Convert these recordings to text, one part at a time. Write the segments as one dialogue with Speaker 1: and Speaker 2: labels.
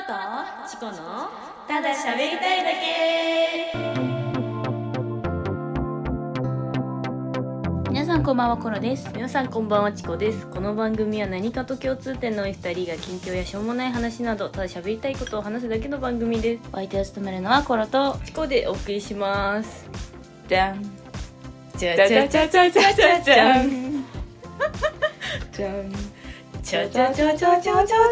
Speaker 1: とチコのただ喋りたいだけ
Speaker 2: 皆さんこんばんはコロです
Speaker 1: 皆さんこんばんはチコですこの番組は何かと共通点の多い二人が近況やしょうもない話などただ喋りたいことを話すだけの番組です
Speaker 2: お相手を務めるのはコロと
Speaker 1: チコでお送りします
Speaker 2: じゃん
Speaker 1: じゃ
Speaker 2: じゃじゃ
Speaker 1: じ
Speaker 2: じゃじゃじゃじゃじゃん
Speaker 1: じゃん
Speaker 2: じ
Speaker 1: じ
Speaker 2: ゃ
Speaker 1: ゃ
Speaker 2: じ
Speaker 1: じ
Speaker 2: ゃ
Speaker 1: ゃ
Speaker 2: じ
Speaker 1: じ
Speaker 2: ゃ
Speaker 1: ゃ
Speaker 2: じ
Speaker 1: じ
Speaker 2: ゃ
Speaker 1: ゃ
Speaker 2: じ
Speaker 1: じ
Speaker 2: ゃ
Speaker 1: ゃ
Speaker 2: じ
Speaker 1: じ
Speaker 2: ゃ
Speaker 1: ゃ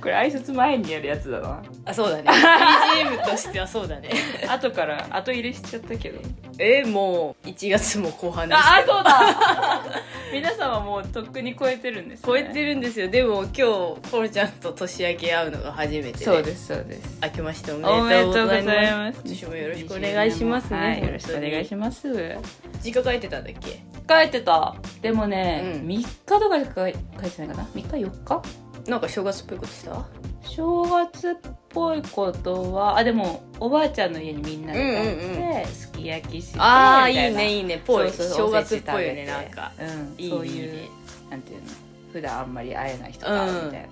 Speaker 2: これ挨拶前にやるやつだな
Speaker 1: あそうだね BGM としてはそうだね
Speaker 2: 後から後入れしちゃったけど
Speaker 1: えもう1月も後半です
Speaker 2: ああそうだ 皆さんはもうとっくに超えてるんです、ね、
Speaker 1: 超えてるんですよでも今日ポルちゃんと年明け会うのが初めてで
Speaker 2: そうですそうです
Speaker 1: 明けましてお
Speaker 2: お
Speaker 1: め
Speaker 2: め
Speaker 1: で
Speaker 2: で
Speaker 1: と
Speaker 2: と
Speaker 1: う
Speaker 2: うご
Speaker 1: ござ
Speaker 2: ざ
Speaker 1: い
Speaker 2: い
Speaker 1: ます
Speaker 2: ます
Speaker 1: 今年もよろしくお願いしますね
Speaker 2: はい、よろしくお願いします
Speaker 1: 実家帰ってたんだっけ
Speaker 2: 帰ってたでもね、
Speaker 1: うん
Speaker 2: 3日とかしか帰ってないかな3日4日
Speaker 1: なんか正月っぽいことした
Speaker 2: 正月っぽいことはあでもおばあちゃんの家にみんなで帰って、
Speaker 1: うんう
Speaker 2: すき焼きして
Speaker 1: ああいい
Speaker 2: みたな
Speaker 1: ねいいねぽい
Speaker 2: そうそう
Speaker 1: 正月っぽいよ
Speaker 2: おせ
Speaker 1: ね
Speaker 2: ち食
Speaker 1: な
Speaker 2: べ
Speaker 1: ん
Speaker 2: て
Speaker 1: か
Speaker 2: うん
Speaker 1: いいね
Speaker 2: そういう
Speaker 1: いいね
Speaker 2: なんていうの普段あんまり会えない人が会うみたいな、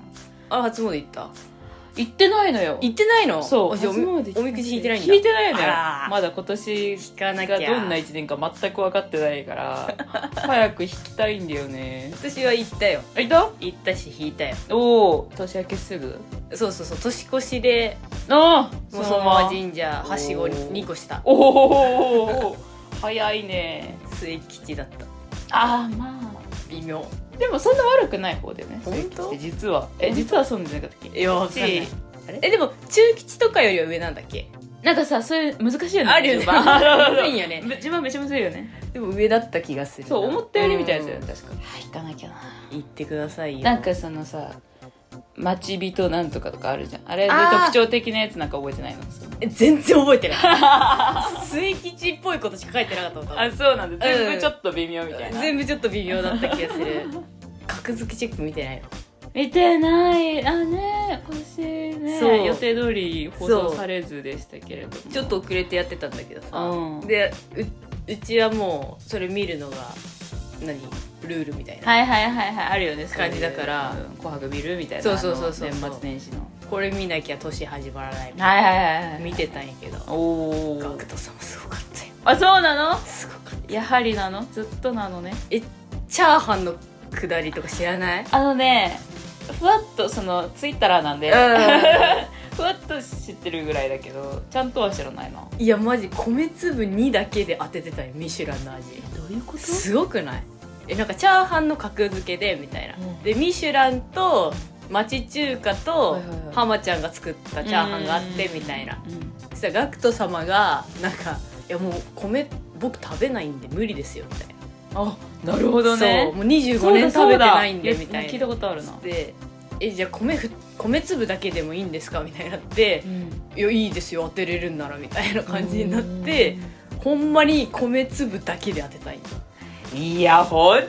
Speaker 1: あれ初詣行った
Speaker 2: 行ってないのよ
Speaker 1: 行ってないの
Speaker 2: そう
Speaker 1: 私おみ
Speaker 2: 初詣行ってない
Speaker 1: おみくじ引いてないんだ
Speaker 2: 聞いてないのよ
Speaker 1: あら
Speaker 2: まだ今年
Speaker 1: 引かなきゃ
Speaker 2: がどんな一年か全く分かってないから 早く引きたいんだよね
Speaker 1: 私は行ったよ
Speaker 2: あいた
Speaker 1: 行ったし引いたよ
Speaker 2: おお年明けすぐ
Speaker 1: そうそうそう年越しで
Speaker 2: ああ
Speaker 1: もうそのまま
Speaker 2: 人
Speaker 1: 神社はしご2個した
Speaker 2: おお早いね
Speaker 1: 末吉だった
Speaker 2: ああまあ
Speaker 1: 微妙
Speaker 2: でもそんな悪くない方でね
Speaker 1: 本当
Speaker 2: そういう吉って実は
Speaker 1: 本
Speaker 2: え
Speaker 1: 当
Speaker 2: 実はそうなんじゃなかったっ
Speaker 1: い
Speaker 2: け
Speaker 1: やわかんないえでも中吉とかよりは上なんだっけ
Speaker 2: なんかさそういう難しいよね
Speaker 1: あるよね
Speaker 2: 順 番
Speaker 1: むずいよね
Speaker 2: 順番めちゃむずいよね
Speaker 1: でも上だった気がする
Speaker 2: そう思ったよりみたいなやつ
Speaker 1: う
Speaker 2: だ
Speaker 1: ん
Speaker 2: よね確かあ行かなきゃな
Speaker 1: 行ってくださいよ
Speaker 2: なんかそのさ待ち人なんとかとかあるじゃんあれで
Speaker 1: あー
Speaker 2: 特徴的なやつなんか覚えてないのその
Speaker 1: え全然覚えてない 末吉っぽいことしか書いてなかったもん多分
Speaker 2: そうなんだ
Speaker 1: 全部ちょ
Speaker 2: っと微妙み
Speaker 1: 全部ちょっと微妙だった気がする格付けチェック見てないの
Speaker 2: 見てないあね今年
Speaker 1: そう
Speaker 2: ね予定通り放送されずでしたけれども
Speaker 1: ちょっと遅れてやってたんだけどさ、
Speaker 2: うん
Speaker 1: でううちはもうそれ見るのが何ルールみたいな、
Speaker 2: はいはいはいはいあるよね
Speaker 1: 感じだから
Speaker 2: そういううん紅白見るみたいな
Speaker 1: そうそうそうそう
Speaker 2: あの年末年始の
Speaker 1: これ見なきゃ年始まらないみたい
Speaker 2: はいはいは
Speaker 1: ない見てたんやけど
Speaker 2: おお
Speaker 1: ガクトさんもすごかったよ
Speaker 2: あそうなの
Speaker 1: すごかっ
Speaker 2: やはりなのずっとなのね
Speaker 1: たチャーハンのくだりとか知らない
Speaker 2: あのねふわっとそのツイッターなんで、 ふわっと知ってるぐらいだけどちゃんとは知らないない
Speaker 1: やマジ米粒2だけで当ててたよミシュランの味
Speaker 2: どういうこ
Speaker 1: すごくないえなんかチャーハンの格付けでみたいな、
Speaker 2: うん
Speaker 1: でミシュランと町中華と
Speaker 2: はいはいはい
Speaker 1: 浜ちゃんが作ったチャーハンがあってみたいな
Speaker 2: うん
Speaker 1: そしたら GACKT 様がなんか「いやもう米僕食べないんで無理ですよ」みたいな
Speaker 2: あなるほどね
Speaker 1: そうもう25年食べてないんでみた
Speaker 2: や聞
Speaker 1: い
Speaker 2: い
Speaker 1: な
Speaker 2: たことあるな、
Speaker 1: でえじゃあ米ふ米粒だけでもいいんですか?」みたいになって「いやいいですよ当てれるんなら」みたいな感じになってほんまに米粒だけで当てたい
Speaker 2: いや本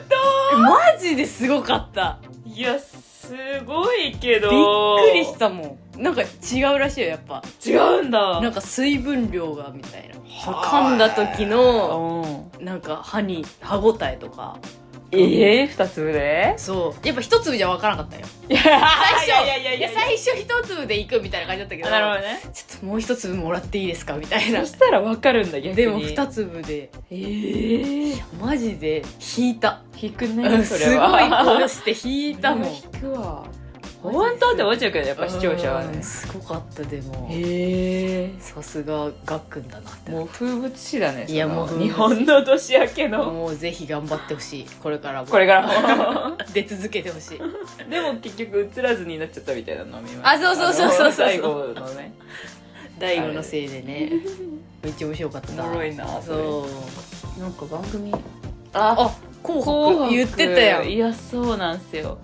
Speaker 1: マジですごかった
Speaker 2: 当いやすごいけど
Speaker 1: びっくりしたもんなんか違うらしいよやっぱ
Speaker 2: 違うんだ
Speaker 1: なんか水分量がみたいな
Speaker 2: は
Speaker 1: 噛んだ時の
Speaker 2: うん
Speaker 1: なんか歯に歯ごたえとか
Speaker 2: ええー、二粒で
Speaker 1: そうやっぱ一粒じゃ分からなかったよ
Speaker 2: いや最
Speaker 1: 最初
Speaker 2: 初いやいやいや
Speaker 1: いや最初一粒でいくみたいな感じだったけど
Speaker 2: なるほどね
Speaker 1: ちょっともう一粒もらっていいですかみたいな
Speaker 2: そしたらわかるんだ逆に
Speaker 1: でも二粒で
Speaker 2: ええー、
Speaker 1: マジで引いた
Speaker 2: 引く
Speaker 1: うん
Speaker 2: ねそ
Speaker 1: す
Speaker 2: れ
Speaker 1: ごい
Speaker 2: は
Speaker 1: こうして引いたもん
Speaker 2: 引くわ本当って思っちゃうけどやっぱ視聴者は
Speaker 1: う
Speaker 2: ね
Speaker 1: んすごかったでも
Speaker 2: へえ
Speaker 1: さすがガックンだなって
Speaker 2: もう風物詩だね
Speaker 1: いや
Speaker 2: その
Speaker 1: もう風物詩
Speaker 2: 日本の年明けの
Speaker 1: もうぜひ頑張ってほしいこれからも
Speaker 2: これからも
Speaker 1: 出続けてほしい
Speaker 2: でも結局映らずになっちゃったみたいなのを見ました
Speaker 1: あそうそうそうそうそう
Speaker 2: あの最後のね
Speaker 1: 大悟のせいでねめっちゃ面白かった
Speaker 2: おもろいなそれ
Speaker 1: そう
Speaker 2: なんか番組あ
Speaker 1: あ紅白言ってたよ
Speaker 2: いやそうなんすよ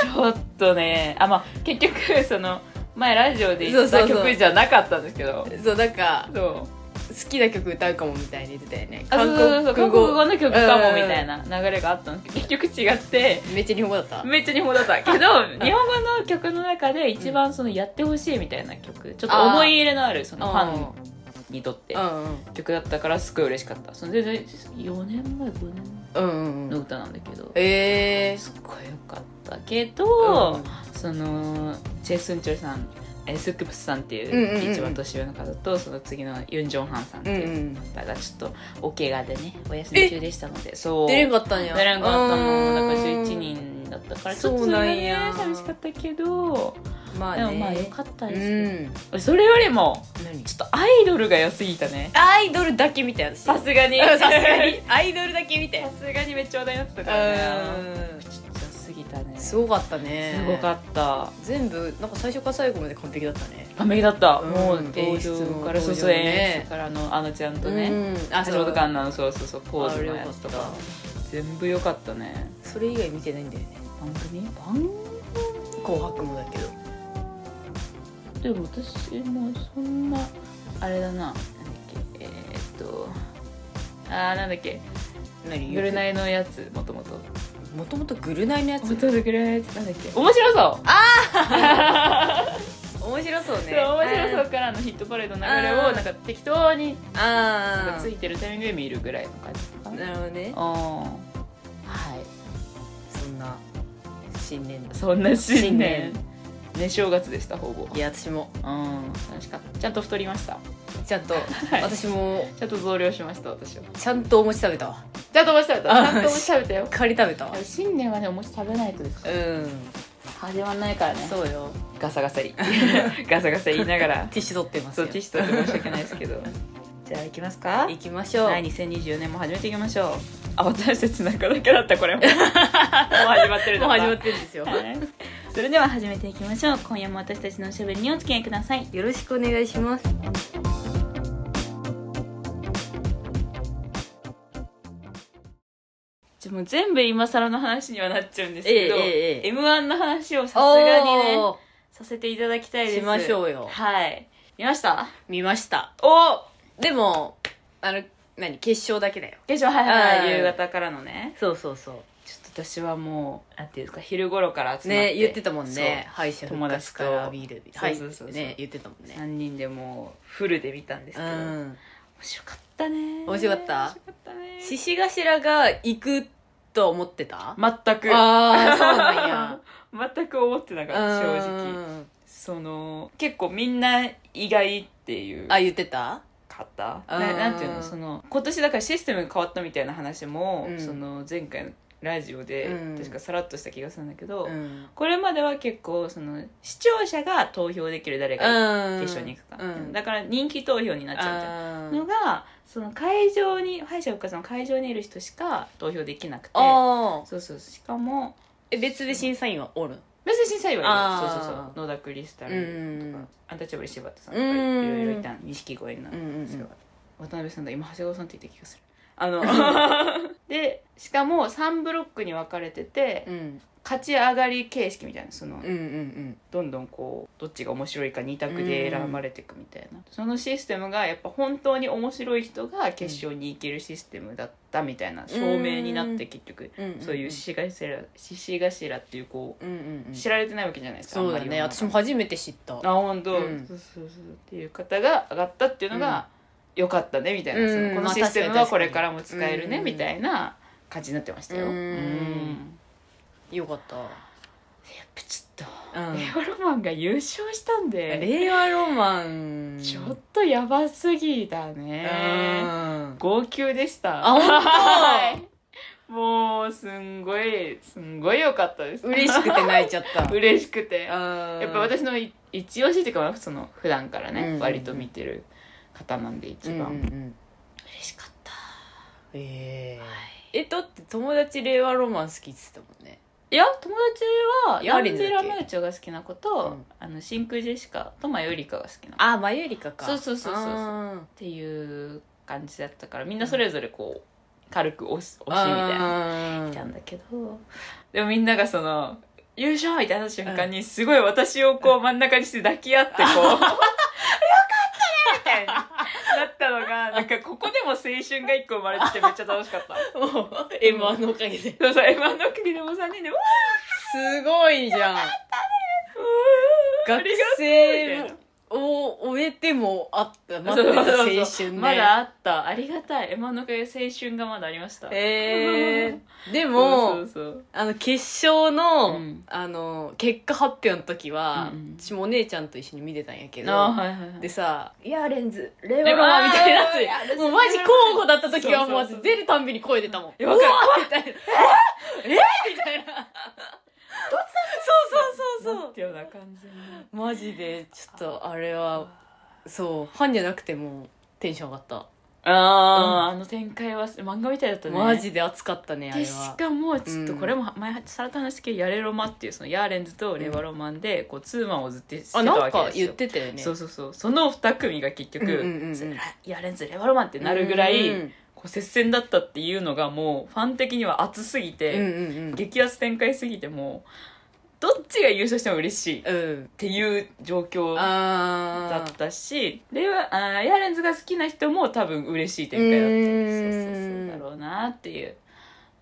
Speaker 2: ちょっとねあまあ結局その前ラジオで言っ
Speaker 1: そ
Speaker 2: た
Speaker 1: うそうそう
Speaker 2: 曲じゃなかったんですけど
Speaker 1: そうなんか
Speaker 2: そう
Speaker 1: 好きな曲歌うかもみたいに言ってたよね
Speaker 2: あそうそうそう韓
Speaker 1: 韓
Speaker 2: 国
Speaker 1: 国
Speaker 2: 語
Speaker 1: 語
Speaker 2: の曲かもみたいな流れがあったんですけど結局違って
Speaker 1: めっちゃ日本語だった
Speaker 2: めっちゃ日本語だったけど日本語の曲の中で一番そのやってほしいみたいな曲ちょっと思い入れのあるそのファンにとって
Speaker 1: うん
Speaker 2: 曲だったからすごい嬉しかったその全然4年前5年前
Speaker 1: うんうんうんうん
Speaker 2: の歌なんだけど
Speaker 1: えー
Speaker 2: すっごいよけど、
Speaker 1: うん
Speaker 2: そのチェ・スンチョルさんえースックプスさんってい
Speaker 1: うんうん
Speaker 2: う
Speaker 1: うん
Speaker 2: 一番年上の方と、その次のユン・ジョンハンさんって
Speaker 1: うんう
Speaker 2: いうん方がちょっとお怪我でねお休み中でしたのでそう
Speaker 1: 出れんかったんや
Speaker 2: 出れんかった
Speaker 1: う
Speaker 2: の
Speaker 1: ん
Speaker 2: だから11人だったからちょっと
Speaker 1: そ
Speaker 2: そうれ
Speaker 1: な
Speaker 2: が
Speaker 1: んや
Speaker 2: ね寂しかったけど
Speaker 1: まあ
Speaker 2: で
Speaker 1: ね
Speaker 2: もまあよかったですよ、
Speaker 1: うん
Speaker 2: それよりも
Speaker 1: 何
Speaker 2: ちょっとアイドルが良すぎたね
Speaker 1: アイドルだけ見たやつ
Speaker 2: さすがに
Speaker 1: うんさすがに アイドルだけ見て
Speaker 2: さすがにめっちゃ話題になってたからね
Speaker 1: う
Speaker 2: ちょっと良すぎたね
Speaker 1: んす
Speaker 2: す
Speaker 1: ごかったね
Speaker 2: ごか
Speaker 1: っ
Speaker 2: った
Speaker 1: た全部なんか最初から最後まで完璧だったね
Speaker 2: 完璧だった、
Speaker 1: うん
Speaker 2: もう
Speaker 1: 演
Speaker 2: 演
Speaker 1: 出
Speaker 2: 出
Speaker 1: も
Speaker 2: からそうそう
Speaker 1: 登場ね
Speaker 2: 演出からあのあのちゃんとね、
Speaker 1: うんあ
Speaker 2: 橋本環奈のそうそうそうポーズのやつと
Speaker 1: あれよ
Speaker 2: か
Speaker 1: かっ
Speaker 2: 全部良かったね
Speaker 1: それ以外見てないんだよね
Speaker 2: 番組番組
Speaker 1: 紅白もだけど
Speaker 2: でも私もそんなあれだななんだっけえー、っとあーなんだっけ
Speaker 1: 何
Speaker 2: ぐる
Speaker 1: イ
Speaker 2: ナイのやつもともと
Speaker 1: もともとぐるナイのやつ
Speaker 2: もともとぐるナイのやつなんだっけ面白そうあ
Speaker 1: 面白そうね
Speaker 2: そう面白そうからのヒットパレードの流れ
Speaker 1: あ
Speaker 2: を
Speaker 1: ー
Speaker 2: なんか適当に
Speaker 1: ああ
Speaker 2: ついてるタイミングで見るぐらいの感じかな
Speaker 1: なるほどね
Speaker 2: あーはい
Speaker 1: そんな新年だ
Speaker 2: そんな新
Speaker 1: 新
Speaker 2: 年ね正月でしたほぼ
Speaker 1: いや私も
Speaker 2: うん楽しかったちゃんと太りました
Speaker 1: ちゃ んと、
Speaker 2: い
Speaker 1: 私も
Speaker 2: ちゃんと増量しました私は
Speaker 1: ちゃんとお餅食べたわ
Speaker 2: ちゃんとお餅食べた
Speaker 1: あ
Speaker 2: ちゃんとお餅食べたよ
Speaker 1: しっかり食べたわ
Speaker 2: 新年はねお餅食べないとですね
Speaker 1: う
Speaker 2: 始まんないからね
Speaker 1: んそうよ
Speaker 2: ガサガサ いガサガサ言いながら
Speaker 1: ティッシュ取ってま す
Speaker 2: そう
Speaker 1: よ
Speaker 2: ティッシュとって申し訳ないですけどじゃあ行きますか
Speaker 1: 行きましょう
Speaker 2: はい2024年も始めていきましょうあ私たちなんかだけだった これももう始まってる
Speaker 1: もう始まっててるん ですよ
Speaker 2: それでは始めていきましょう今夜も私たちのおしゃべりにお付き合いください
Speaker 1: よろしくお願いします
Speaker 2: じゃあもう全部今更の話にはなっちゃうんです
Speaker 1: ええ
Speaker 2: けど、
Speaker 1: ええええ
Speaker 2: m 1の話をさすがにね
Speaker 1: お
Speaker 2: させていただきたい
Speaker 1: ー
Speaker 2: です
Speaker 1: しましょうよ
Speaker 2: はい見ました
Speaker 1: 見ました
Speaker 2: お
Speaker 1: でもあの何決勝だけだよ
Speaker 2: 決勝はいはい、
Speaker 1: うん
Speaker 2: 夕方からのね
Speaker 1: そうそうそう
Speaker 2: ちょっと私はもうなんていうんですか昼頃から集まって、
Speaker 1: ね言ってたもんね敗者復活から
Speaker 2: 友達と
Speaker 1: ビール
Speaker 2: そう
Speaker 1: はい
Speaker 2: そうそうそう
Speaker 1: ね言ってたもん
Speaker 2: そう
Speaker 1: ね
Speaker 2: 3人でもうフルで見たんです
Speaker 1: う
Speaker 2: けど、面
Speaker 1: ん
Speaker 2: 白かったね
Speaker 1: 面白かった
Speaker 2: 面白かったね
Speaker 1: 獅子頭が行くと思ってた
Speaker 2: 全く
Speaker 1: あーそうなんや
Speaker 2: 全く思ってなかった正直
Speaker 1: うん
Speaker 2: その結構みんな意外っていう
Speaker 1: あ言ってた
Speaker 2: 買った
Speaker 1: うん
Speaker 2: ななんていうのその今年だからシステムが変わったみたいな話も、
Speaker 1: うん
Speaker 2: その前回のラジオで、
Speaker 1: うん
Speaker 2: 確かさらっとした気がするんだけど、
Speaker 1: うん
Speaker 2: これまでは結構その視聴者が投票できる誰が決
Speaker 1: 決
Speaker 2: 勝に行くか、
Speaker 1: うん
Speaker 2: だから人気投票になっちゃうみたいな
Speaker 1: あー
Speaker 2: のがその会場に敗者復活の会場にいる人しか投票できなくて
Speaker 1: あー
Speaker 2: そうそうしかも
Speaker 1: え別で審査員はおる
Speaker 2: 別に審査員は
Speaker 1: あ
Speaker 2: いる
Speaker 1: ー
Speaker 2: そうそうそう野田クリスタル
Speaker 1: う
Speaker 2: と
Speaker 1: ん
Speaker 2: かアンタッチャブル柴田さんとかいろいろいた錦鯉の
Speaker 1: うんうんうん
Speaker 2: 渡辺さんだ今長谷川さんって言った気がするあの でしかも3ブロックに分かれてて、
Speaker 1: うん
Speaker 2: 勝ち上がり形式みたいなその、
Speaker 1: うんうん
Speaker 2: どんどんこうどっちが面白いか2択で選ばれていくみたいな、そのシステムがやっぱ本当に面白い人が決勝に行けるシステムだったみたいな証明になっ
Speaker 1: う
Speaker 2: て結局、
Speaker 1: うんん
Speaker 2: そういう獅子頭獅子頭っていうこ
Speaker 1: うんうんう
Speaker 2: うん知られてないわけじゃないですか、
Speaker 1: そ
Speaker 2: あ
Speaker 1: うん
Speaker 2: ま
Speaker 1: だ
Speaker 2: り
Speaker 1: ね
Speaker 2: 世の
Speaker 1: 私
Speaker 2: 中
Speaker 1: も初めて知った
Speaker 2: あ本当、
Speaker 1: うん
Speaker 2: そうそうそうっていう方が上がったっていうのが良かったねみたいな、
Speaker 1: うん
Speaker 2: そのこ
Speaker 1: ま
Speaker 2: の
Speaker 1: あ
Speaker 2: システム
Speaker 1: 確かに確か
Speaker 2: は
Speaker 1: に
Speaker 2: これからも使えるね、
Speaker 1: うん
Speaker 2: みたいな感じになってましたよ、
Speaker 1: う
Speaker 2: う
Speaker 1: ん
Speaker 2: ん
Speaker 1: よかった
Speaker 2: やっぱちょっ
Speaker 1: う
Speaker 2: と
Speaker 1: ん
Speaker 2: 令和ロマンが優勝したんで、
Speaker 1: 令和ロマン
Speaker 2: ちょっとやばすぎだ
Speaker 1: と
Speaker 2: ね、号泣でした
Speaker 1: あ本当
Speaker 2: はいもうすんごいすんごい良かったです
Speaker 1: 嬉しくて泣いちゃった
Speaker 2: 嬉しくて
Speaker 1: や
Speaker 2: やっぱ私のい一押しっていうかその普段から
Speaker 1: うんうんう
Speaker 2: ね
Speaker 1: ん
Speaker 2: 割と見てる方なんで一番
Speaker 1: うんうんうん
Speaker 2: 嬉しかった
Speaker 1: え
Speaker 2: い
Speaker 1: ええだって友達令和ロマン好きって言ってたもんね
Speaker 2: いや友達は
Speaker 1: ヤ
Speaker 2: ヤ
Speaker 1: ーレン
Speaker 2: ン
Speaker 1: ズだ
Speaker 2: デ
Speaker 1: っけ
Speaker 2: ラ・ムーチョが好きな子と、
Speaker 1: うん
Speaker 2: あの真空ジェシカとマヨリカが好きな子っ
Speaker 1: あマユリカか
Speaker 2: そうそうそうそうそう
Speaker 1: あ
Speaker 2: ていう感じだったからみんなそれぞれこう軽く推し推しみ
Speaker 1: ー
Speaker 2: たいな来たんだけどでもみんながその優勝みたいな瞬間にすごい私をこう真ん中にして抱き合ってこうよかったねみたいな。なったのが、なんかここでも青春が一個生まれててめっちゃ楽しかった。
Speaker 1: もう M−1 のおかげで
Speaker 2: そうそう、M1 のおかげでもう3人で、わ
Speaker 1: すごいじゃん
Speaker 2: ーあ
Speaker 1: 学生
Speaker 2: りがとうみたいな
Speaker 1: を終えてもあった待
Speaker 2: そ
Speaker 1: っ
Speaker 2: う
Speaker 1: てた
Speaker 2: そう
Speaker 1: 青春
Speaker 2: そう
Speaker 1: ね
Speaker 2: まだあったありがたいエマのおかげで青春がまだありました
Speaker 1: えー、 でも
Speaker 2: そうそう
Speaker 1: あの決勝の,、
Speaker 2: うん
Speaker 1: あの結果発表の時は、
Speaker 2: うんうん
Speaker 1: 私もお姉ちゃんと一緒に見てたんやけ
Speaker 2: そう
Speaker 1: ど、
Speaker 2: あーはいはいはい
Speaker 1: でさ「いやレンズレ
Speaker 2: レ
Speaker 1: オ
Speaker 2: オラ
Speaker 1: ラ」
Speaker 2: ー
Speaker 1: みたいな
Speaker 2: レオラ
Speaker 1: や
Speaker 2: ー
Speaker 1: つもうマジ交互だった時はも
Speaker 2: そ
Speaker 1: う
Speaker 2: うそうそう
Speaker 1: 出るたんびに声出たもん「
Speaker 2: え
Speaker 1: うわ
Speaker 2: わかる
Speaker 1: ーみたいな「ええみたいなそうそうそう
Speaker 2: な
Speaker 1: そ
Speaker 2: っ
Speaker 1: う
Speaker 2: てような感じに
Speaker 1: マジでちょっとあれはそうファンじゃなくてもテンション上がった、
Speaker 2: あー、あの展開は漫画みたいだったね
Speaker 1: マジで熱かったねあれ
Speaker 2: で
Speaker 1: は
Speaker 2: しかもちょっと
Speaker 1: うん
Speaker 2: これも前さらっと話したけど、ヤレロマっていうそのヤーレンズとレバロマンでこうツーマンをずっとしてた
Speaker 1: あな
Speaker 2: わけ
Speaker 1: んか
Speaker 2: ですよ
Speaker 1: 言ってたよね
Speaker 2: そうそうそうその2組が結局、
Speaker 1: うんうんうんうん
Speaker 2: ヤーレンズレバロマンってなるぐらい、
Speaker 1: うん
Speaker 2: こう接戦だったっていうのがもうファン的には熱すぎ
Speaker 1: うん
Speaker 2: て、
Speaker 1: うん
Speaker 2: 激アツ展開すぎてもうどっちが優勝しても嬉しいっ
Speaker 1: うんうん
Speaker 2: ていう状況だ
Speaker 1: あ
Speaker 2: ったしレバあーヤーレンズが好きな人も多分嬉しい
Speaker 1: ー
Speaker 2: 展開だった
Speaker 1: うん
Speaker 2: そうそうそうだろうなっていう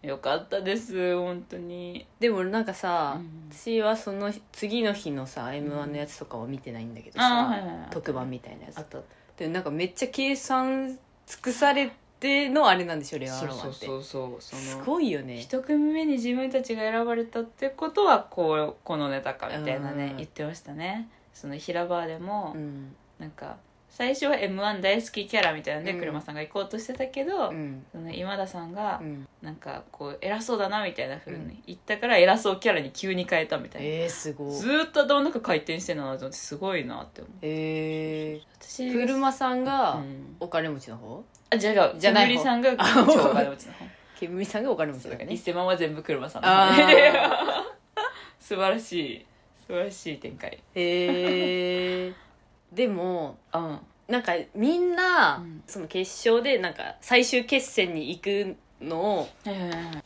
Speaker 2: よかったです本当に
Speaker 1: でもなんかさ、
Speaker 2: うん
Speaker 1: 私はその次の日のさ m 1のやつとかは見てないんだけど
Speaker 2: あ
Speaker 1: さ、
Speaker 2: ーはいはいはい
Speaker 1: 特番みたいなや
Speaker 2: あ
Speaker 1: つ
Speaker 2: ったあっ
Speaker 1: でなんかめっちゃ計算尽くされてのあれなんでしょレ
Speaker 2: た
Speaker 1: ア
Speaker 2: そ
Speaker 1: ロ
Speaker 2: う
Speaker 1: マンって
Speaker 2: そうそうそうそ
Speaker 1: す
Speaker 2: の
Speaker 1: ごいよね
Speaker 2: 一組目に自分たちが選ばれたってことはこうこのネタかみたいなね
Speaker 1: うん
Speaker 2: 言ってましたねその平場でも
Speaker 1: うん
Speaker 2: なんか最初は m 1大好きキャラみたいなんで
Speaker 1: うん
Speaker 2: 車さんが行こうとしてたけど、
Speaker 1: うん
Speaker 2: その今田さんが
Speaker 1: うん
Speaker 2: なんかこう偉そうだなみたいなふうに言ったから偉そうキャラに急に変えたみたいな、
Speaker 1: えー、すごい
Speaker 2: ずーっと頭の中回転してんだなと思ってすごいなって思う
Speaker 1: え
Speaker 2: 私
Speaker 1: ー、車さん
Speaker 2: う
Speaker 1: が
Speaker 2: ん
Speaker 1: お金持ちの方
Speaker 2: あ違う
Speaker 1: じゃない方
Speaker 2: 煙さんが
Speaker 1: あ
Speaker 2: 超お金持ちの方
Speaker 1: 煙さんがお金持ち
Speaker 2: そう
Speaker 1: だ
Speaker 2: だ
Speaker 1: か
Speaker 2: からら
Speaker 1: ね
Speaker 2: 1000万は全部車さん
Speaker 1: あー
Speaker 2: 素晴らしい素晴らしい展開
Speaker 1: へえー、でも
Speaker 2: うん
Speaker 1: なんかみんな、
Speaker 2: うん
Speaker 1: その決勝でなんか最終決戦に行くのを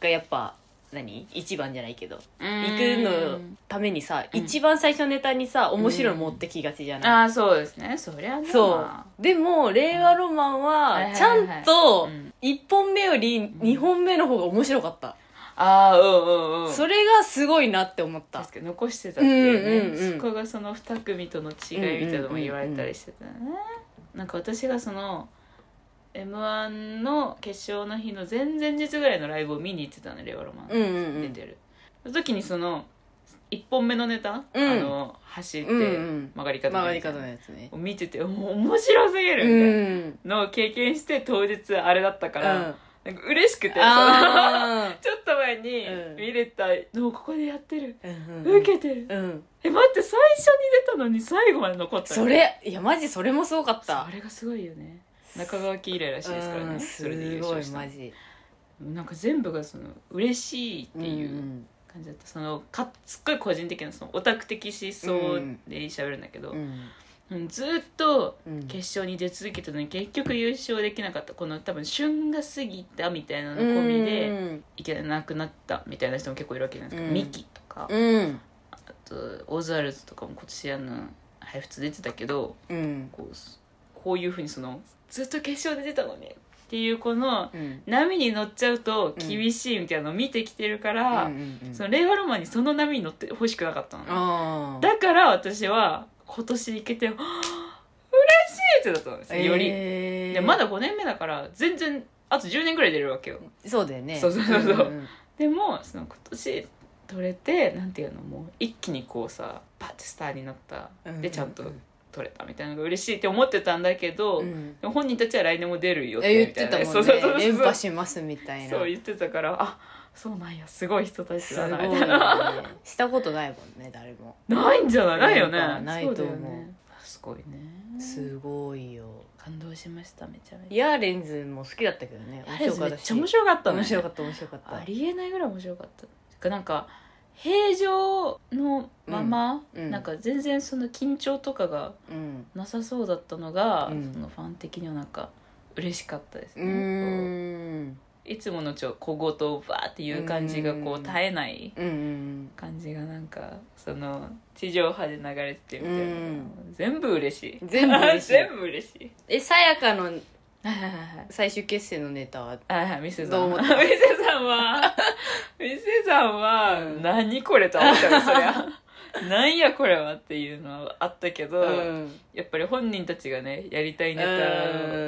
Speaker 1: がやっぱ何一番じゃないけど行くのためにさ、
Speaker 2: うん
Speaker 1: 一番最初のネタにさ面白いの持ってきがちじゃない、
Speaker 2: ああそうですねそりゃね
Speaker 1: そうでも令和ロマン
Speaker 2: はいはいは
Speaker 1: はいちゃんと
Speaker 2: うん
Speaker 1: 1本目より2本目の方が面白かった、
Speaker 2: ああうんうんうん
Speaker 1: それがすごいなって思った
Speaker 2: 確かに残してたっていうね、
Speaker 1: うんうんうん
Speaker 2: そこがその2組との違いみたいなのも言われたりしてたね、なんか私がその m 1の決勝の日の前々日ぐらいのライブを見に行ってたのレオロマン、
Speaker 1: うんうんう
Speaker 2: 出
Speaker 1: ん
Speaker 2: てる、その時にその1本目のネタ、
Speaker 1: うん
Speaker 2: あの走って
Speaker 1: うんうん
Speaker 2: 曲がり方
Speaker 1: 曲がり
Speaker 2: みたい
Speaker 1: 方
Speaker 2: な
Speaker 1: のやつね
Speaker 2: を見ててもう面白すぎ
Speaker 1: う
Speaker 2: るみたいな、
Speaker 1: ん
Speaker 2: のを経験して当日あれだったか
Speaker 1: うん
Speaker 2: ら、
Speaker 1: あ
Speaker 2: なんか嬉しくて
Speaker 1: あ
Speaker 2: ちょっと前に
Speaker 1: うん
Speaker 2: 見れたのをここでやってる、
Speaker 1: ーうんうんうん
Speaker 2: 受けてる
Speaker 1: うん
Speaker 2: え待って最初に出たのに最後まで残った
Speaker 1: それいやマジそれもすごかった
Speaker 2: あれがすごいよね中川家以来らしいですからね、
Speaker 1: うん
Speaker 2: それです優
Speaker 1: ご
Speaker 2: 勝
Speaker 1: い
Speaker 2: した
Speaker 1: マジ
Speaker 2: なんか全部がその嬉しいっていううん感じだった、そのかすっごい個人的なそのオタク的思想で喋るんだけど、
Speaker 1: うん
Speaker 2: うんずっと
Speaker 1: うん
Speaker 2: 決勝に出続けたのに結局優勝できなかったこの多分旬が過ぎたみたいなの込み
Speaker 1: う
Speaker 2: で
Speaker 1: ん
Speaker 2: いけなくなったみたいな人も結構いるわけじゃないですか、
Speaker 1: うん
Speaker 2: ミキとか、
Speaker 1: うん
Speaker 2: あとオズワルドとかも今年あの配布出てたけど
Speaker 1: うん
Speaker 2: こうすこういうふうにそのずっと決勝で出たのにっていうこの
Speaker 1: うん
Speaker 2: 波に乗っちゃうと厳しいみたいなのを見てきてるか
Speaker 1: う
Speaker 2: ら、
Speaker 1: んうんうん
Speaker 2: その令和ロマンにその波に乗ってほしくなかったのね、
Speaker 1: あ
Speaker 2: だから私は今年行けて「はあ嬉しい!」ってなったんですよ、より
Speaker 1: り
Speaker 2: でまだ5年目だから全然あと10年ぐらい出れるわけよ
Speaker 1: そうだよね
Speaker 2: そうそうそうそうん
Speaker 1: んん
Speaker 2: でもその今年取れてなんていうのもう一気にこうさパッてスターになったでちゃんと取れたみたいなのが嬉しいって思ってたんだけど、
Speaker 1: うん
Speaker 2: でも本人たちは来年も出るよ
Speaker 1: え言っ
Speaker 2: み
Speaker 1: て
Speaker 2: い
Speaker 1: た
Speaker 2: な
Speaker 1: も
Speaker 2: そうんそうそう
Speaker 1: ね
Speaker 2: そう
Speaker 1: 連覇しますみたいな
Speaker 2: そう言ってたからあそうなんやすごい人たち
Speaker 1: す
Speaker 2: だな
Speaker 1: ご
Speaker 2: み
Speaker 1: い
Speaker 2: たい
Speaker 1: よ
Speaker 2: な
Speaker 1: ねしたことないもんね誰も
Speaker 2: ないんじゃないないよね
Speaker 1: 連覇はないと思
Speaker 2: そ
Speaker 1: う
Speaker 2: だよねすごいね
Speaker 1: すごいよ
Speaker 2: 感動しましためちゃめちゃ
Speaker 1: ヤーレンズも好きだったけどね
Speaker 2: あれめっちゃ面
Speaker 1: 白
Speaker 2: 白かっ
Speaker 1: か
Speaker 2: た
Speaker 1: った
Speaker 2: ね
Speaker 1: 面白かった面白かった
Speaker 2: ありえないぐらい面白かったてかなんか平常のまま、
Speaker 1: うんうん
Speaker 2: なんか全然その緊張とかが
Speaker 1: うん
Speaker 2: なさそうだったのが、
Speaker 1: うん
Speaker 2: そのファン的にはなんか嬉しかったですね
Speaker 1: うーん
Speaker 2: こういつものちょ小言をバーっていう感じがこ
Speaker 1: う
Speaker 2: うん絶えない
Speaker 1: うんうん
Speaker 2: 感じがなんかその地上波で流れててみたいなのが、
Speaker 1: うん
Speaker 2: 全部嬉しい
Speaker 1: 全部嬉し い
Speaker 2: 全部嬉しい
Speaker 1: えさやかの
Speaker 2: はいはいはいはい
Speaker 1: 最終決戦のネタは
Speaker 2: あはいミセさ
Speaker 1: どうん思
Speaker 2: は
Speaker 1: っ
Speaker 2: ミ
Speaker 1: た
Speaker 2: セさんはミセさんは
Speaker 1: うん
Speaker 2: 何これとは思ったよそりゃなんやこれはっていうのはあったけど、
Speaker 1: うん
Speaker 2: やっぱり本人たちがねやりたいネタ
Speaker 1: うん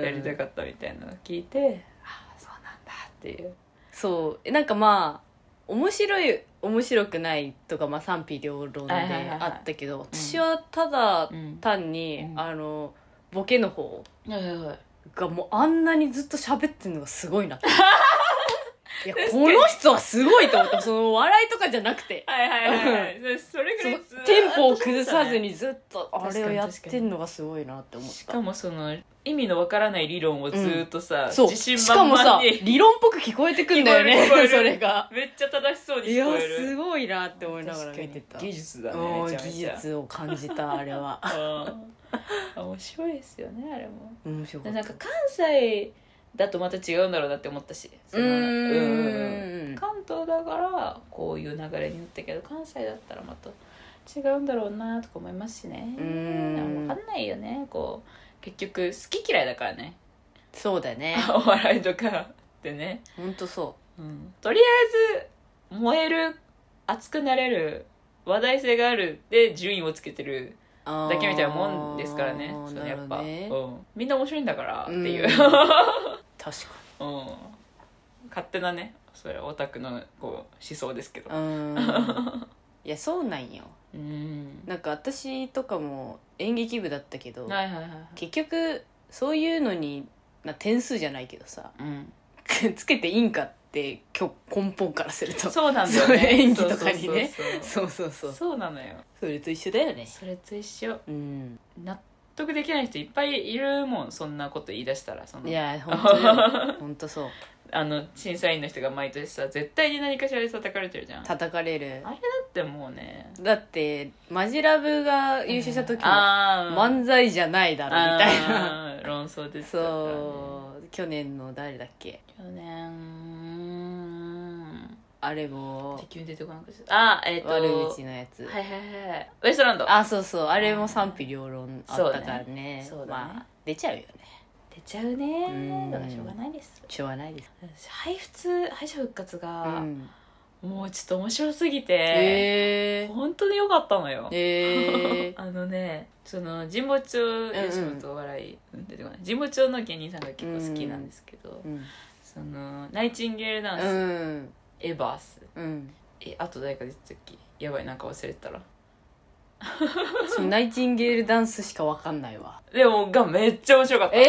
Speaker 2: をやりたかったみたいなのを聞いてああそうなんだっていう
Speaker 1: そうえなんかまあ面白い面白くないとか、まあ、賛否両論で
Speaker 2: はいはいはいはい
Speaker 1: あったけど、私はただ
Speaker 2: うん
Speaker 1: 単に、
Speaker 2: うん
Speaker 1: あのボケの方
Speaker 2: はいはいはい
Speaker 1: がもうあんなにずっと喋ってるのがすごい なっていやこの人はすごいと思 ったその笑いとかじゃなくて
Speaker 2: はいはい はいそれそれぐ
Speaker 1: そ
Speaker 2: ら
Speaker 1: の
Speaker 2: いずーっと
Speaker 1: テンポを崩さずにずっと
Speaker 2: 確
Speaker 1: あ
Speaker 2: かに
Speaker 1: れをやってんのがすごいなって思っ
Speaker 2: したかもその意味のわからない理論をずーっとさ、
Speaker 1: そう
Speaker 2: 自信
Speaker 1: しか
Speaker 2: 満
Speaker 1: もさ
Speaker 2: 々に
Speaker 1: 理論っぽく聞こえてくんだよね
Speaker 2: 聞こえる聞こえる
Speaker 1: それが
Speaker 2: めっちゃ正しそうに
Speaker 1: い
Speaker 2: 聞
Speaker 1: や
Speaker 2: こえる
Speaker 1: すごいなって思いながら見てた
Speaker 2: 技術だね
Speaker 1: お
Speaker 2: めち
Speaker 1: ー
Speaker 2: ゃめ
Speaker 1: 技
Speaker 2: ちゃ
Speaker 1: 術を感じたあ れは
Speaker 2: うん面白いですよねあれも
Speaker 1: 面白か
Speaker 2: で
Speaker 1: っ
Speaker 2: な
Speaker 1: た
Speaker 2: んか関西だとまた違うんだろうなって思ったしそうの
Speaker 1: ーん
Speaker 2: 関東だからこういう流れになったけど関西だったらまた違うんだろうなとか思いますしね
Speaker 1: うん
Speaker 2: 分かんないよねこう結局好き嫌いだからね
Speaker 1: そうだね
Speaker 2: お笑いとかってね、
Speaker 1: ほんとそ
Speaker 2: とりあえず燃える熱くなれる話題性があるで順位をつけてる
Speaker 1: うだ
Speaker 2: だけみたいなもんですからねそのやっぱ、うん、みんな面白いんだからっていう、
Speaker 1: うん確か
Speaker 2: うん、勝手なねそれはオタクのこう思想ですけど
Speaker 1: にうーんいやそうなんよ
Speaker 2: うん
Speaker 1: なんか私とかも演劇部だったけど
Speaker 2: はいはいはいはい
Speaker 1: 結局そういうのにな点数じゃないけどさ
Speaker 2: うん、
Speaker 1: つけていいんかってきょ根本からすると
Speaker 2: そうなんだよね
Speaker 1: そう演技とかにね
Speaker 2: そうそうそう
Speaker 1: そうそ
Speaker 2: そ
Speaker 1: うそうう
Speaker 2: そうなのよ
Speaker 1: それと一緒だよね
Speaker 2: それと一緒
Speaker 1: うん
Speaker 2: 納得できない人いっぱいいるもんそんなこと言い出したらその
Speaker 1: いや本当だよ本当そう
Speaker 2: あの審査員の人が毎年さ絶対に何かしらで叩かれてるじゃんだ
Speaker 1: 叩かれる
Speaker 2: あってもうね
Speaker 1: だってマジラブが優勝した時も
Speaker 2: あー
Speaker 1: 漫才じゃないだろみたいな
Speaker 2: あー論争ですからね
Speaker 1: そう去年の誰だっけ
Speaker 2: 去年うん
Speaker 1: あれも
Speaker 2: 急に出てこなくてあーえっ、と
Speaker 1: 悪口のやつ
Speaker 2: はいはいはいウエストランド
Speaker 1: あそうそうあれも賛否両論あったか
Speaker 2: そうだ
Speaker 1: らね
Speaker 2: ねそうだね
Speaker 1: まあ出ちゃうよね
Speaker 2: 出ちゃうね
Speaker 1: うん
Speaker 2: だからしょうがないです
Speaker 1: しょうがないです
Speaker 2: 敗仏敗者復活が
Speaker 1: う、ん
Speaker 2: もうちょっと面白すぎて、
Speaker 1: へえ
Speaker 2: 本当に良かったのよ、
Speaker 1: へえ
Speaker 2: あのねその神保町吉本お笑い、うん出てこない神保町の芸人さんが結構好きなんですけど、
Speaker 1: うん
Speaker 2: そのナイチンゲールダンス、
Speaker 1: うん
Speaker 2: エバース
Speaker 1: うん
Speaker 2: えあと誰か出てたっけやばいなんか忘れてたら
Speaker 1: そのナイチンゲールダンスしかわかんないわ
Speaker 2: でもがめっちゃ面白かった
Speaker 1: え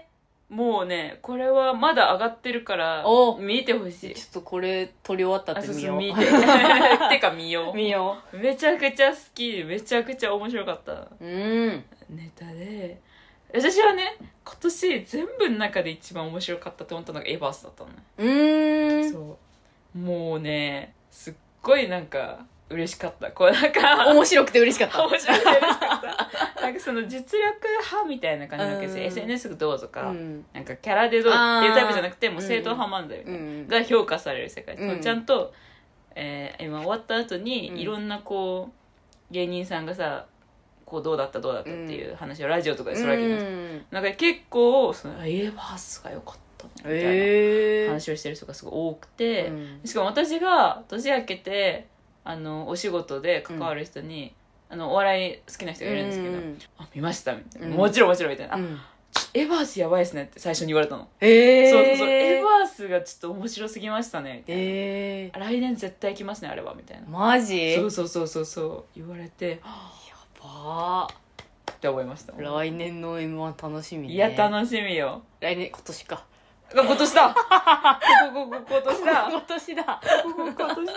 Speaker 1: え
Speaker 2: もうねこれはまだ上がってるから
Speaker 1: お
Speaker 2: 見てほしい
Speaker 1: ちょっとこれ撮り終わった
Speaker 2: あ
Speaker 1: っ
Speaker 2: そ
Speaker 1: て
Speaker 2: うそう見
Speaker 1: 見よう
Speaker 2: て てか見よう
Speaker 1: 見よ
Speaker 2: めちゃくちゃ好きめちゃくちゃ面白かった
Speaker 1: ううん
Speaker 2: ネタで私はね今年全部の中で一番面白かったと思ったのがエバースだったのね、
Speaker 1: うーん
Speaker 2: そうもうねすっごいなんか嬉しかったこうなんか
Speaker 1: 面白くて嬉しかった
Speaker 2: 面白い嬉しかったなんかその実力派みたいな感じなんです
Speaker 1: うん
Speaker 2: SNS どうとか、
Speaker 1: うん
Speaker 2: なんかキャラでどうっていうタイプじゃなくてもう
Speaker 1: あー
Speaker 2: 正統派漫才みたいな、
Speaker 1: うん
Speaker 2: が評価される世界、その
Speaker 1: うん
Speaker 2: ちゃんと、えー今終わった後に、
Speaker 1: うん
Speaker 2: いろんなこう芸人さんがさこうどうだったどうだったっていう話をラジオとかでするわけじゃないですか、
Speaker 1: うん
Speaker 2: なんか結構その「あエヴァースが良かったね」みたい
Speaker 1: え
Speaker 2: な
Speaker 1: え
Speaker 2: 話をしてる人がすごい多くて、
Speaker 1: うん
Speaker 2: しかも私が年明けてあのお仕事で関わる人に、あのお笑い好きな人がいるんですけど「
Speaker 1: うん
Speaker 2: あ見ました」みたいな、
Speaker 1: うん
Speaker 2: もちろんもちろん」みたいな「あ
Speaker 1: うん
Speaker 2: エヴァースやばいですね」って最初に言われたの、
Speaker 1: ええ
Speaker 2: そうそうそうエヴァースがちょっと面白すぎましたねみたいな、
Speaker 1: ええ
Speaker 2: 来年絶対来ますねあれはみたいな
Speaker 1: マジ
Speaker 2: そうそうそうそうそう言われては
Speaker 1: やば
Speaker 2: ぁ
Speaker 1: ー
Speaker 2: って思いました
Speaker 1: 来年の m 1楽しみ、ね、
Speaker 2: いや楽しみよ
Speaker 1: 来年今年か
Speaker 2: あ今年だここここ今年だ
Speaker 1: 今年だ
Speaker 2: ここ今年だ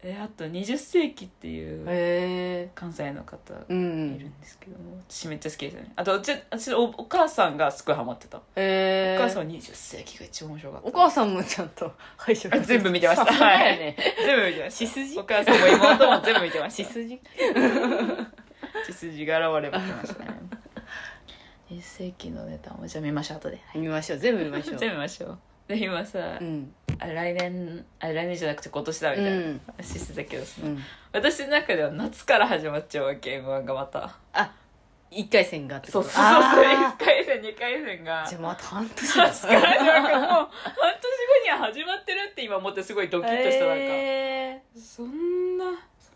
Speaker 2: えあと20世紀っていう
Speaker 1: へえ
Speaker 2: 関西の方が
Speaker 1: う
Speaker 2: いる
Speaker 1: ん
Speaker 2: んですけども私めっちゃ好きですよねあとうち私おお母さんがすごいハマってたお
Speaker 1: へえ
Speaker 2: 母さんは20世紀が一番面白かった
Speaker 1: お母さんもちゃんと配信
Speaker 2: あ全部見てました
Speaker 1: さすがやね
Speaker 2: 全部見てま
Speaker 1: 血
Speaker 2: し
Speaker 1: 筋
Speaker 2: たお母さんも妹も全部見てまし
Speaker 1: 血
Speaker 2: た
Speaker 1: 筋
Speaker 2: 血筋が現れましたね20世紀のネタもじゃあ見ましょう後で
Speaker 1: 見ましょう全部見ましょう
Speaker 2: 全部見ましょうで今さ、
Speaker 1: うん
Speaker 2: あ来年あ来年じゃなくて今年だみ
Speaker 1: う
Speaker 2: たいなん話してたけどさ、
Speaker 1: うん
Speaker 2: 私の中では夏から始まっちゃうわけ m 1がまた
Speaker 1: あ一回戦がって
Speaker 2: そ
Speaker 1: こ
Speaker 2: う
Speaker 1: と
Speaker 2: そうそう1
Speaker 1: あ
Speaker 2: 回戦2回戦が
Speaker 1: ーじゃあまた半年だ
Speaker 2: 夏から始まる からもう半年後には始まってるって今思ってすごいドキッとしたなんか、
Speaker 1: へ
Speaker 2: そんな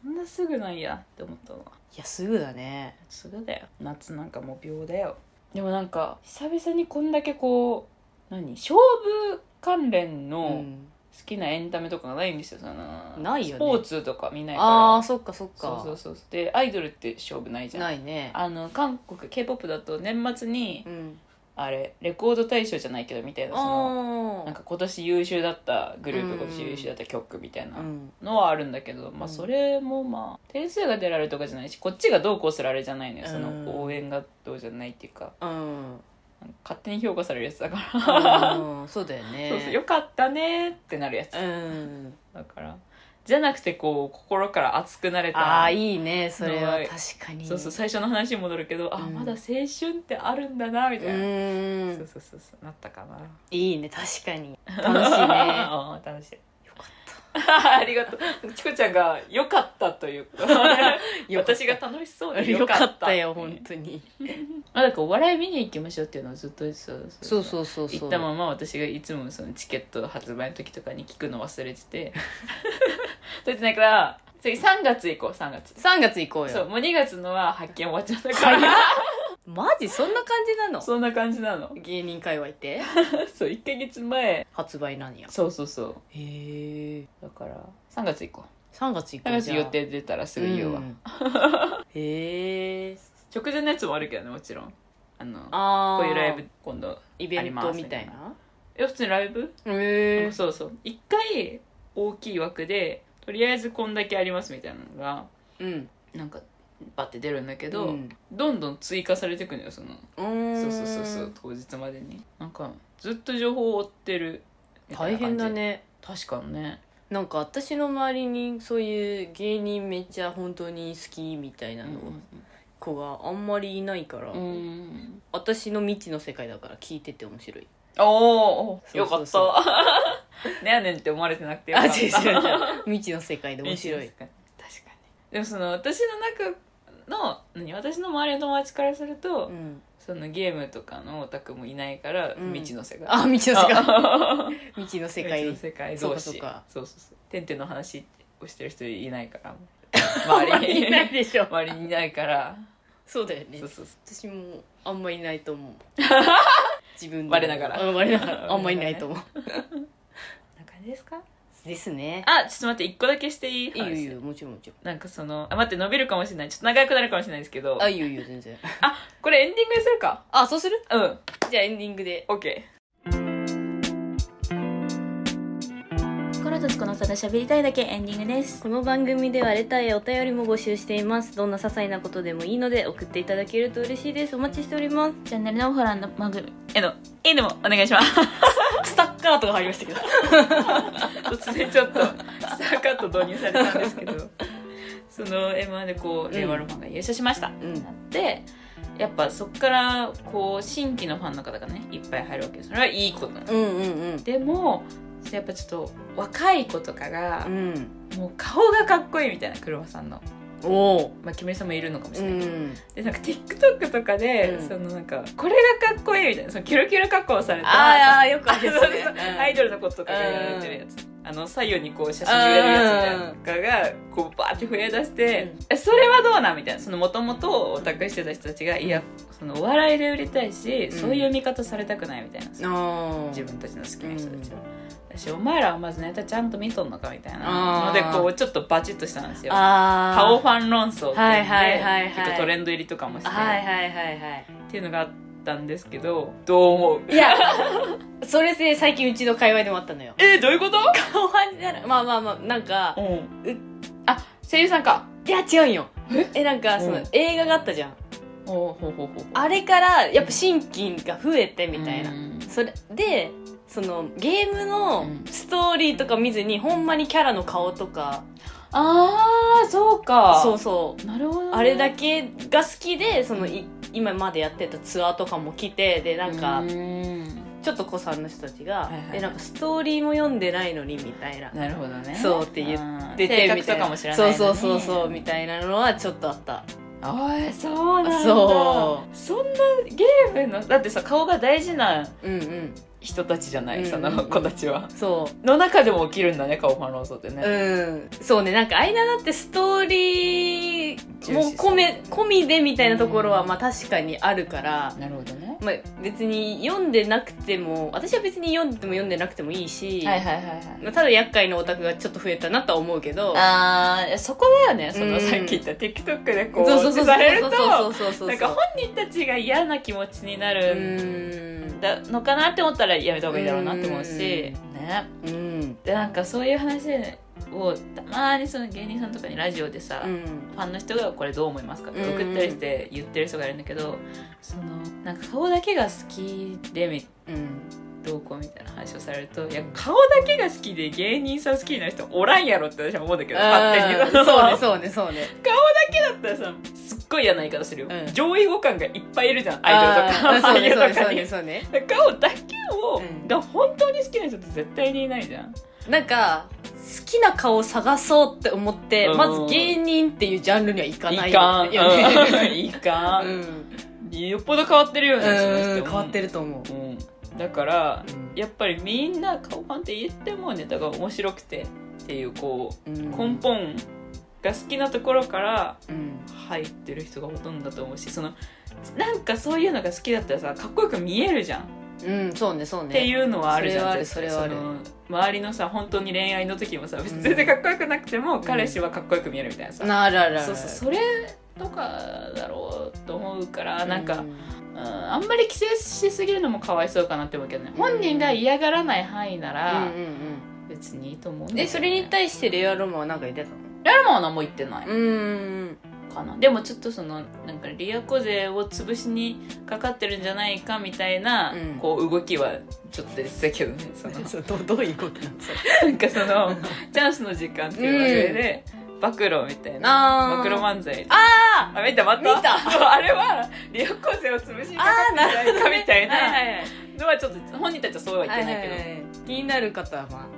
Speaker 2: そんななすぐなんやって思ったの
Speaker 1: いやすぐだね
Speaker 2: すぐだよ夏なんかもう秒だよでもなんか久々にこんだけこう何勝負関連
Speaker 1: う
Speaker 2: の
Speaker 1: ん
Speaker 2: 好きなエンタメとかがないんですよ、その
Speaker 1: ないよ
Speaker 2: ス
Speaker 1: ね
Speaker 2: ポーツとか見ないから
Speaker 1: あーそっかそっか
Speaker 2: そうそうそうそうでアイドルって勝負ないじゃん
Speaker 1: ないね
Speaker 2: あの韓国 k p o p だと年末に
Speaker 1: うん
Speaker 2: あれレコード大賞じゃないけどみたいなその
Speaker 1: あ
Speaker 2: なんか今年優秀だったグループ、
Speaker 1: うん
Speaker 2: 今年優秀だった曲みたいな
Speaker 1: うん
Speaker 2: のはあるんだけど、まあ
Speaker 1: うん
Speaker 2: それもまあ点数が出られるとかじゃないしこっちがどうこうするあれじゃないのよそ
Speaker 1: うん
Speaker 2: の応援がどうじゃないっていうか
Speaker 1: うん
Speaker 2: なんか勝手に評価されるやつだから、
Speaker 1: うんそうだよね
Speaker 2: そうそうよかったねってなるやつ、
Speaker 1: うん
Speaker 2: だからじゃなくてこう心から熱くなれた
Speaker 1: ああいいねそれは確かに
Speaker 2: そうそう最初の話に戻るけど、あ
Speaker 1: うん
Speaker 2: まだ青春ってあるんだなみたいな、
Speaker 1: うん
Speaker 2: そうそうそうそうなったかな。
Speaker 1: いいね確かに楽 しいね
Speaker 2: あー楽しい。
Speaker 1: よかっ
Speaker 2: ありがとう。チコちゃんが良かったというか、
Speaker 1: よかった
Speaker 2: 私が楽しそう
Speaker 1: た
Speaker 2: で
Speaker 1: よ
Speaker 2: 良
Speaker 1: かったよ
Speaker 2: 本
Speaker 1: 本当に
Speaker 2: 当。あだからお笑い見に行きましょうっていうのをずっとそう
Speaker 1: そうそうそうそう
Speaker 2: 行ったまま私がいつもそのチケット発売の時とかに聞くの忘れて て取れてないから次3月行こう3月
Speaker 1: 3月行こう
Speaker 2: そう
Speaker 1: よ
Speaker 2: もう2月のは発見終わっちゃったから
Speaker 1: マジそんな感じなの
Speaker 2: そんな感じなの
Speaker 1: 芸人界隈って
Speaker 2: そう1ヶ月前
Speaker 1: 発売なんや
Speaker 2: そうそうそう
Speaker 1: へえ
Speaker 2: だから3月行こ
Speaker 1: 3月行
Speaker 2: う
Speaker 1: こ
Speaker 2: 3
Speaker 1: う
Speaker 2: 月予定出たらすぐ言うわ、
Speaker 1: ん へえ
Speaker 2: 直前のやつもあるけどねもちろんあの
Speaker 1: あ
Speaker 2: こ
Speaker 1: あ
Speaker 2: ういうライブ今度
Speaker 1: イベントみたいな
Speaker 2: え普通にライブ、
Speaker 1: へえ
Speaker 2: そうそう一回大きい枠でとりあえずこんだけありますみたいなのが
Speaker 1: うん
Speaker 2: なんかバッて出るんだけ
Speaker 1: け
Speaker 2: ど、どんどん追加されてくのよその
Speaker 1: うん
Speaker 2: そうそうそうそう当日までになんかずっと情報を追ってるみたい
Speaker 1: 大
Speaker 2: な感
Speaker 1: 変
Speaker 2: じ
Speaker 1: だね
Speaker 2: 確かにね
Speaker 1: なんか私の周りにそういう芸人めっちゃ本当に好きみたいなの子があんまりいないから、
Speaker 2: うん
Speaker 1: 私の未知の世界だから聞いてて面白い
Speaker 2: おお
Speaker 1: そう
Speaker 2: よかっ
Speaker 1: そうそう
Speaker 2: た ねやねんって思われてなくてよ
Speaker 1: あ
Speaker 2: か
Speaker 1: 違
Speaker 2: っ
Speaker 1: う
Speaker 2: た
Speaker 1: 違う 違う未知の世界で面白い
Speaker 2: 確かにでもその私の中の何私の周りの友達からすると、
Speaker 1: うん、
Speaker 2: そのゲームとかのオタクもいないから、
Speaker 1: うん
Speaker 2: 未知の世界
Speaker 1: あ未知の世界
Speaker 2: あ
Speaker 1: 未知の
Speaker 2: 未知
Speaker 1: 世
Speaker 2: の
Speaker 1: 界
Speaker 2: 世界
Speaker 1: そう
Speaker 2: 同
Speaker 1: か
Speaker 2: 士
Speaker 1: そうか
Speaker 2: そうそうそう天ての話をしてる人いないから 周りに
Speaker 1: いないでしょ
Speaker 2: 周りにいない から
Speaker 1: そうだよね
Speaker 2: そうそうそ
Speaker 1: 私もあんまいないと思 う自分でも
Speaker 2: 我ながら
Speaker 1: うん我ながらあんまいないと思う
Speaker 2: うな感じですか
Speaker 1: ですね
Speaker 2: あちょっと待って一個だけしていい
Speaker 1: いいよ
Speaker 2: 話
Speaker 1: いいよもちろんもちろ
Speaker 2: なんかそのあ待って伸びるかもしれないちょっと長くなるかもしれないですけど
Speaker 1: んあいいよいいよ全然
Speaker 2: これエンディングにするか
Speaker 1: あそうする
Speaker 2: うん
Speaker 1: じゃあエンディングで
Speaker 2: OK
Speaker 3: コロとツコのただ喋りたいだけエンディングです
Speaker 1: この番組ではレターやお便りも募集していますどんな些細なことでもいいので送っていただけると嬉しいですお待ちしております
Speaker 3: チャンネルのフォローの番組
Speaker 2: えの「え」でもお願いします
Speaker 1: スタッカーとか入りましたけど
Speaker 2: 突然ちょっとスターカット導入されたんですけ どその M1 でこう令和ロマンが優勝しました、
Speaker 1: うん
Speaker 2: なってやっぱそっからこう新規のファンの方がねいっぱい入るわけですそれはいいことなの、
Speaker 1: うんうんうん
Speaker 2: でもやっぱちょっと若い子とかが
Speaker 1: う、ん
Speaker 2: もう顔がかっこいいみたいな車さんの
Speaker 1: おお
Speaker 2: まあ木村さんもいるのかもし
Speaker 1: う
Speaker 2: れないけど、
Speaker 1: ん
Speaker 2: でなんか TikTok とかで、
Speaker 1: うん
Speaker 2: そのなんかこれがかっこいいみたいなそのキュルキュル加工された
Speaker 1: ああよくあ
Speaker 2: あ
Speaker 1: る
Speaker 2: そう
Speaker 1: や
Speaker 2: そう
Speaker 1: つね
Speaker 2: アイ
Speaker 1: う
Speaker 2: ドルの子とかがやられてるやつ、あの左右にこう写真入れるやつみたいなのとかがこうバーって増え出して、
Speaker 1: うん
Speaker 2: えそれはどうなんみたいなそのもともとオタクしてた人たちがいやそのお笑いで売りたいし、
Speaker 1: うん
Speaker 2: そういう見方されたくないみたいな、
Speaker 1: んあ
Speaker 2: 自分たちの好きな人たちは。私お前らはまずネタちゃんと見とんのかみたいな
Speaker 1: あ
Speaker 2: ので
Speaker 1: ー
Speaker 2: こうちょっとバチッとしたんですよ
Speaker 1: あ
Speaker 2: 顔ファン論争っていうので、
Speaker 1: はいはいはいはい
Speaker 2: 結構トレンド入りとかもして、
Speaker 1: はいはいはいはい
Speaker 2: っていうのがあったんですけどどう思う
Speaker 1: いやそれで最近うちの界隈でもあっ たのよ
Speaker 2: えどういうこと、
Speaker 1: 顔ファンじゃないまあまあまあなんか
Speaker 2: うん、あ声優さんか
Speaker 1: いや違うんよえなんかその、
Speaker 2: うん
Speaker 1: 映画があったじゃん
Speaker 2: ほうほうほうほう
Speaker 1: あれからやっぱ新規が増えてみたいな、
Speaker 2: うん
Speaker 1: それでそのゲーム
Speaker 2: う
Speaker 1: の
Speaker 2: ん
Speaker 1: ストーリーとか見ずに、ほんまにキャラの顔とか
Speaker 2: ああそうか
Speaker 1: そうそう
Speaker 2: なるほどね、
Speaker 1: あれだけが好きでそのい今までやってたツアーとかも来てでなんか
Speaker 2: う
Speaker 1: ちょっと子さんの人たちが、
Speaker 2: はいはい
Speaker 1: えなんかストーリーも読んでないのにみたいな
Speaker 2: なるほどね
Speaker 1: そうって言
Speaker 2: って
Speaker 1: 出て
Speaker 2: 性
Speaker 1: み
Speaker 2: 格
Speaker 1: た
Speaker 2: と
Speaker 1: い
Speaker 2: か
Speaker 1: な
Speaker 2: も知らないの
Speaker 1: そう
Speaker 2: に
Speaker 1: そうそうそうみたいなのはちょっとあった
Speaker 2: あーそうなんだ
Speaker 1: そ
Speaker 2: そんなゲームのだってさ顔が大事な
Speaker 1: うんうん
Speaker 2: 人たちじゃない、
Speaker 1: うん
Speaker 2: その子たちは。
Speaker 1: そ
Speaker 2: の中でも起きるんだね、カオファン論争って
Speaker 1: う、
Speaker 2: ね。
Speaker 1: うん、そうねなんか間だってストーリーも
Speaker 2: 重視さ
Speaker 1: 込
Speaker 2: れ
Speaker 1: め
Speaker 2: る
Speaker 1: 込みでみたいなところは
Speaker 2: うん
Speaker 1: まあ確かにあるから、
Speaker 2: なるほどね。
Speaker 1: まあ、別に読んでなくても私は別に読んでても読んでなくてもいいし、
Speaker 2: はいはいはいはい。
Speaker 1: まあ、ただ厄介なオタクがちょっと増えたなとは思うけど
Speaker 2: あーそこだよね、その、
Speaker 1: うん
Speaker 2: さっき言った TikTok でこう、
Speaker 1: そうそうそうそう
Speaker 2: されると、
Speaker 1: そうそうそうそうそう
Speaker 2: なんか本人たちが嫌な気持ちにな
Speaker 1: う
Speaker 2: る
Speaker 1: ん
Speaker 2: だのかなって思ったらやめた方がいいだろうなって思うし、
Speaker 1: うん
Speaker 2: ね。
Speaker 1: うん
Speaker 2: で、なんかそういう話を、たまにその芸人さんとかにラジオでさ、
Speaker 1: うん
Speaker 2: ファンの人がこれどう思いますかって
Speaker 1: うんうん
Speaker 2: 送ったりして言ってる人がいるんだけど、そのなんか顔だけが好きでみ
Speaker 1: うん
Speaker 2: どうこうみたいな話をされるといや顔だけが好きで芸人さん好きになる人おらんやろって私は思うんだけど勝手に
Speaker 1: うんそうね
Speaker 2: そ
Speaker 1: そうねそうね
Speaker 2: うだったらさすっごい嫌な言い方するよ、
Speaker 1: うん
Speaker 2: 上位互換がいっぱいいるじゃんアイドルとか
Speaker 1: あー
Speaker 2: 俳優
Speaker 1: そうね
Speaker 2: と
Speaker 1: そ
Speaker 2: か
Speaker 1: うね
Speaker 2: に
Speaker 1: そうね
Speaker 2: 顔だけを、
Speaker 1: うん
Speaker 2: が本当に好きな人って絶対にいないじゃん
Speaker 1: なんか好きな顔を探そうって思って、
Speaker 2: うん
Speaker 1: まず芸人っていうジャンルにはいかない
Speaker 2: いかん
Speaker 1: よね
Speaker 2: いか、
Speaker 1: うんん
Speaker 2: よっぽど変わってるよねその人
Speaker 1: うん変わってると思う
Speaker 2: うん、だから
Speaker 1: うん
Speaker 2: やっぱりみんな顔ファンって言ってもネタが面白くてっていうこ
Speaker 1: う
Speaker 2: うん根本が好きなところから
Speaker 1: うん
Speaker 2: 入ってる人がほとんどだと思うしそのなんかそういうのが好きだったらさかっこよく見えるじゃん、
Speaker 1: うんそうねそうね
Speaker 2: っていうのはあるじゃん
Speaker 1: それはある
Speaker 2: 絶対その周りのさ本当に恋愛の時もさ別に全然かっこよくなくても、彼氏はかっこよく見えるみたいなさ、
Speaker 1: なあるあるある
Speaker 2: そうそうそれとかだろうと思うから
Speaker 1: う
Speaker 2: なんか、うんあんまり規制しすぎるのもかわいそうかなって思うけどね
Speaker 1: うん
Speaker 2: 本人が嫌がらない範囲な
Speaker 1: うんうん
Speaker 2: ら
Speaker 1: うん
Speaker 2: 別にいいと思うんだよね
Speaker 1: でそれに対してレアロマは何か言ってたの
Speaker 2: レアルマは何も言ってない
Speaker 1: うん
Speaker 2: かなでもちょっとそのなんかリアコ勢を潰しにかかってるんじゃないかみたいな、
Speaker 1: うん
Speaker 2: こう動きはちょっと出てたけどねその
Speaker 1: どどういうことなんですか
Speaker 2: なんかそのチャンスの時間っていう上で、暴露みたいな
Speaker 1: あ
Speaker 2: 暴
Speaker 1: ー
Speaker 2: 露漫才
Speaker 1: あー
Speaker 2: あ見たまた
Speaker 1: 見た
Speaker 2: あれはリアコ勢を潰しにかかってるんじゃないかみたい
Speaker 1: はいは
Speaker 2: ない
Speaker 1: はい
Speaker 2: のはちょっと本人たちはそうは言ってないけど、
Speaker 1: はいはいはい気になる方はま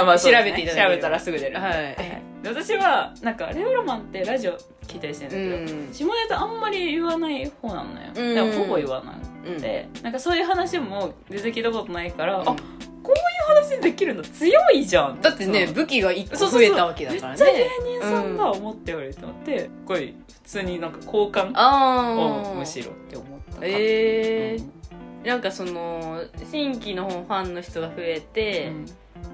Speaker 2: あ、まあそうですね、
Speaker 1: 調べていただけ
Speaker 2: 調
Speaker 1: れば
Speaker 2: べたらすぐ出る。
Speaker 1: あはい
Speaker 2: で私は、なんか、レオロマンってラジオ聞いたりしてる
Speaker 1: うん
Speaker 2: だけど、
Speaker 1: ん
Speaker 2: 下ネタあんまり言わない方なのよ。
Speaker 1: うん
Speaker 2: だからほぼ言わな
Speaker 1: うん
Speaker 2: くて、なんかそういう話も全然聞いたことないから、あ、
Speaker 1: う
Speaker 2: こ
Speaker 1: ん
Speaker 2: ういう話できるの強いじゃん
Speaker 1: だってね武器が1個増えたわけだからね
Speaker 2: めっちゃ芸人さんだ、思っておると思って、すごい、普通になんか好感
Speaker 1: あ
Speaker 2: を
Speaker 1: あ
Speaker 2: むしろって思ったか
Speaker 1: えー、なんかその新規のファンの人が増え
Speaker 2: う
Speaker 1: て、
Speaker 2: ん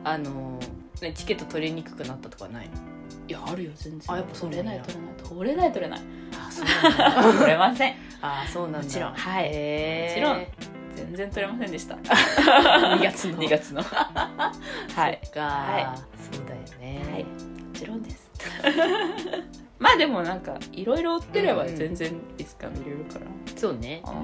Speaker 1: あのねチケット取りにくくなったとかない
Speaker 2: いや、あるよ、全然。
Speaker 1: あやっぱそう
Speaker 2: 取
Speaker 1: な
Speaker 2: れ
Speaker 1: んだ
Speaker 2: ない、取れない、取れない、取れない。
Speaker 1: あそうなんだ
Speaker 2: 取れません。
Speaker 1: あそうなんだ
Speaker 2: もちろん
Speaker 1: はい、え
Speaker 2: も全然取れませんでした。
Speaker 1: ろん2月の
Speaker 2: 2月 のはい
Speaker 1: そっか、
Speaker 2: は
Speaker 1: そうだよね、
Speaker 2: はいもちろんです まあでもなんかいろいろ追ってれば全然いつか見れるから、
Speaker 1: そうね
Speaker 2: あー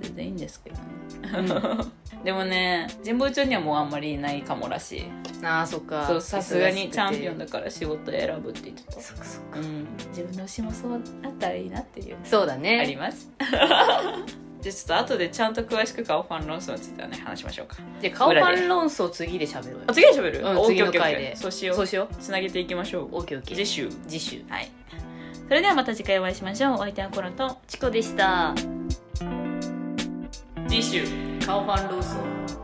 Speaker 2: 全然いいんですけどね、
Speaker 1: ん
Speaker 2: でもね神保町にはもうあんまりいないかもらしい
Speaker 1: ああそっか
Speaker 2: そうさすがにチャンピオン
Speaker 1: だ
Speaker 2: だから仕事選ぶって言ってた
Speaker 1: そっかそっか
Speaker 2: うん、自分の推しもそうあったらいいなっていう
Speaker 1: そう だ
Speaker 2: あ
Speaker 1: ね
Speaker 2: ります じゃあちょっと後でちゃんと詳しく顔ファン論争についてはね話しましょうか
Speaker 1: で顔ファン論争次で喋ろうよ
Speaker 2: あ次にしゃべる、
Speaker 1: うん
Speaker 2: オッケー
Speaker 1: 次の
Speaker 2: オッケー
Speaker 1: 回
Speaker 2: オッケー
Speaker 1: で
Speaker 2: そうしよう
Speaker 1: そうしよう
Speaker 2: つなげていきましょう
Speaker 1: OKOK
Speaker 2: 次週
Speaker 1: 次週
Speaker 2: はい。それではまた次回お会いしましょう。お相手はコロと
Speaker 1: チコでした
Speaker 2: 次週。
Speaker 1: 顔ファン論争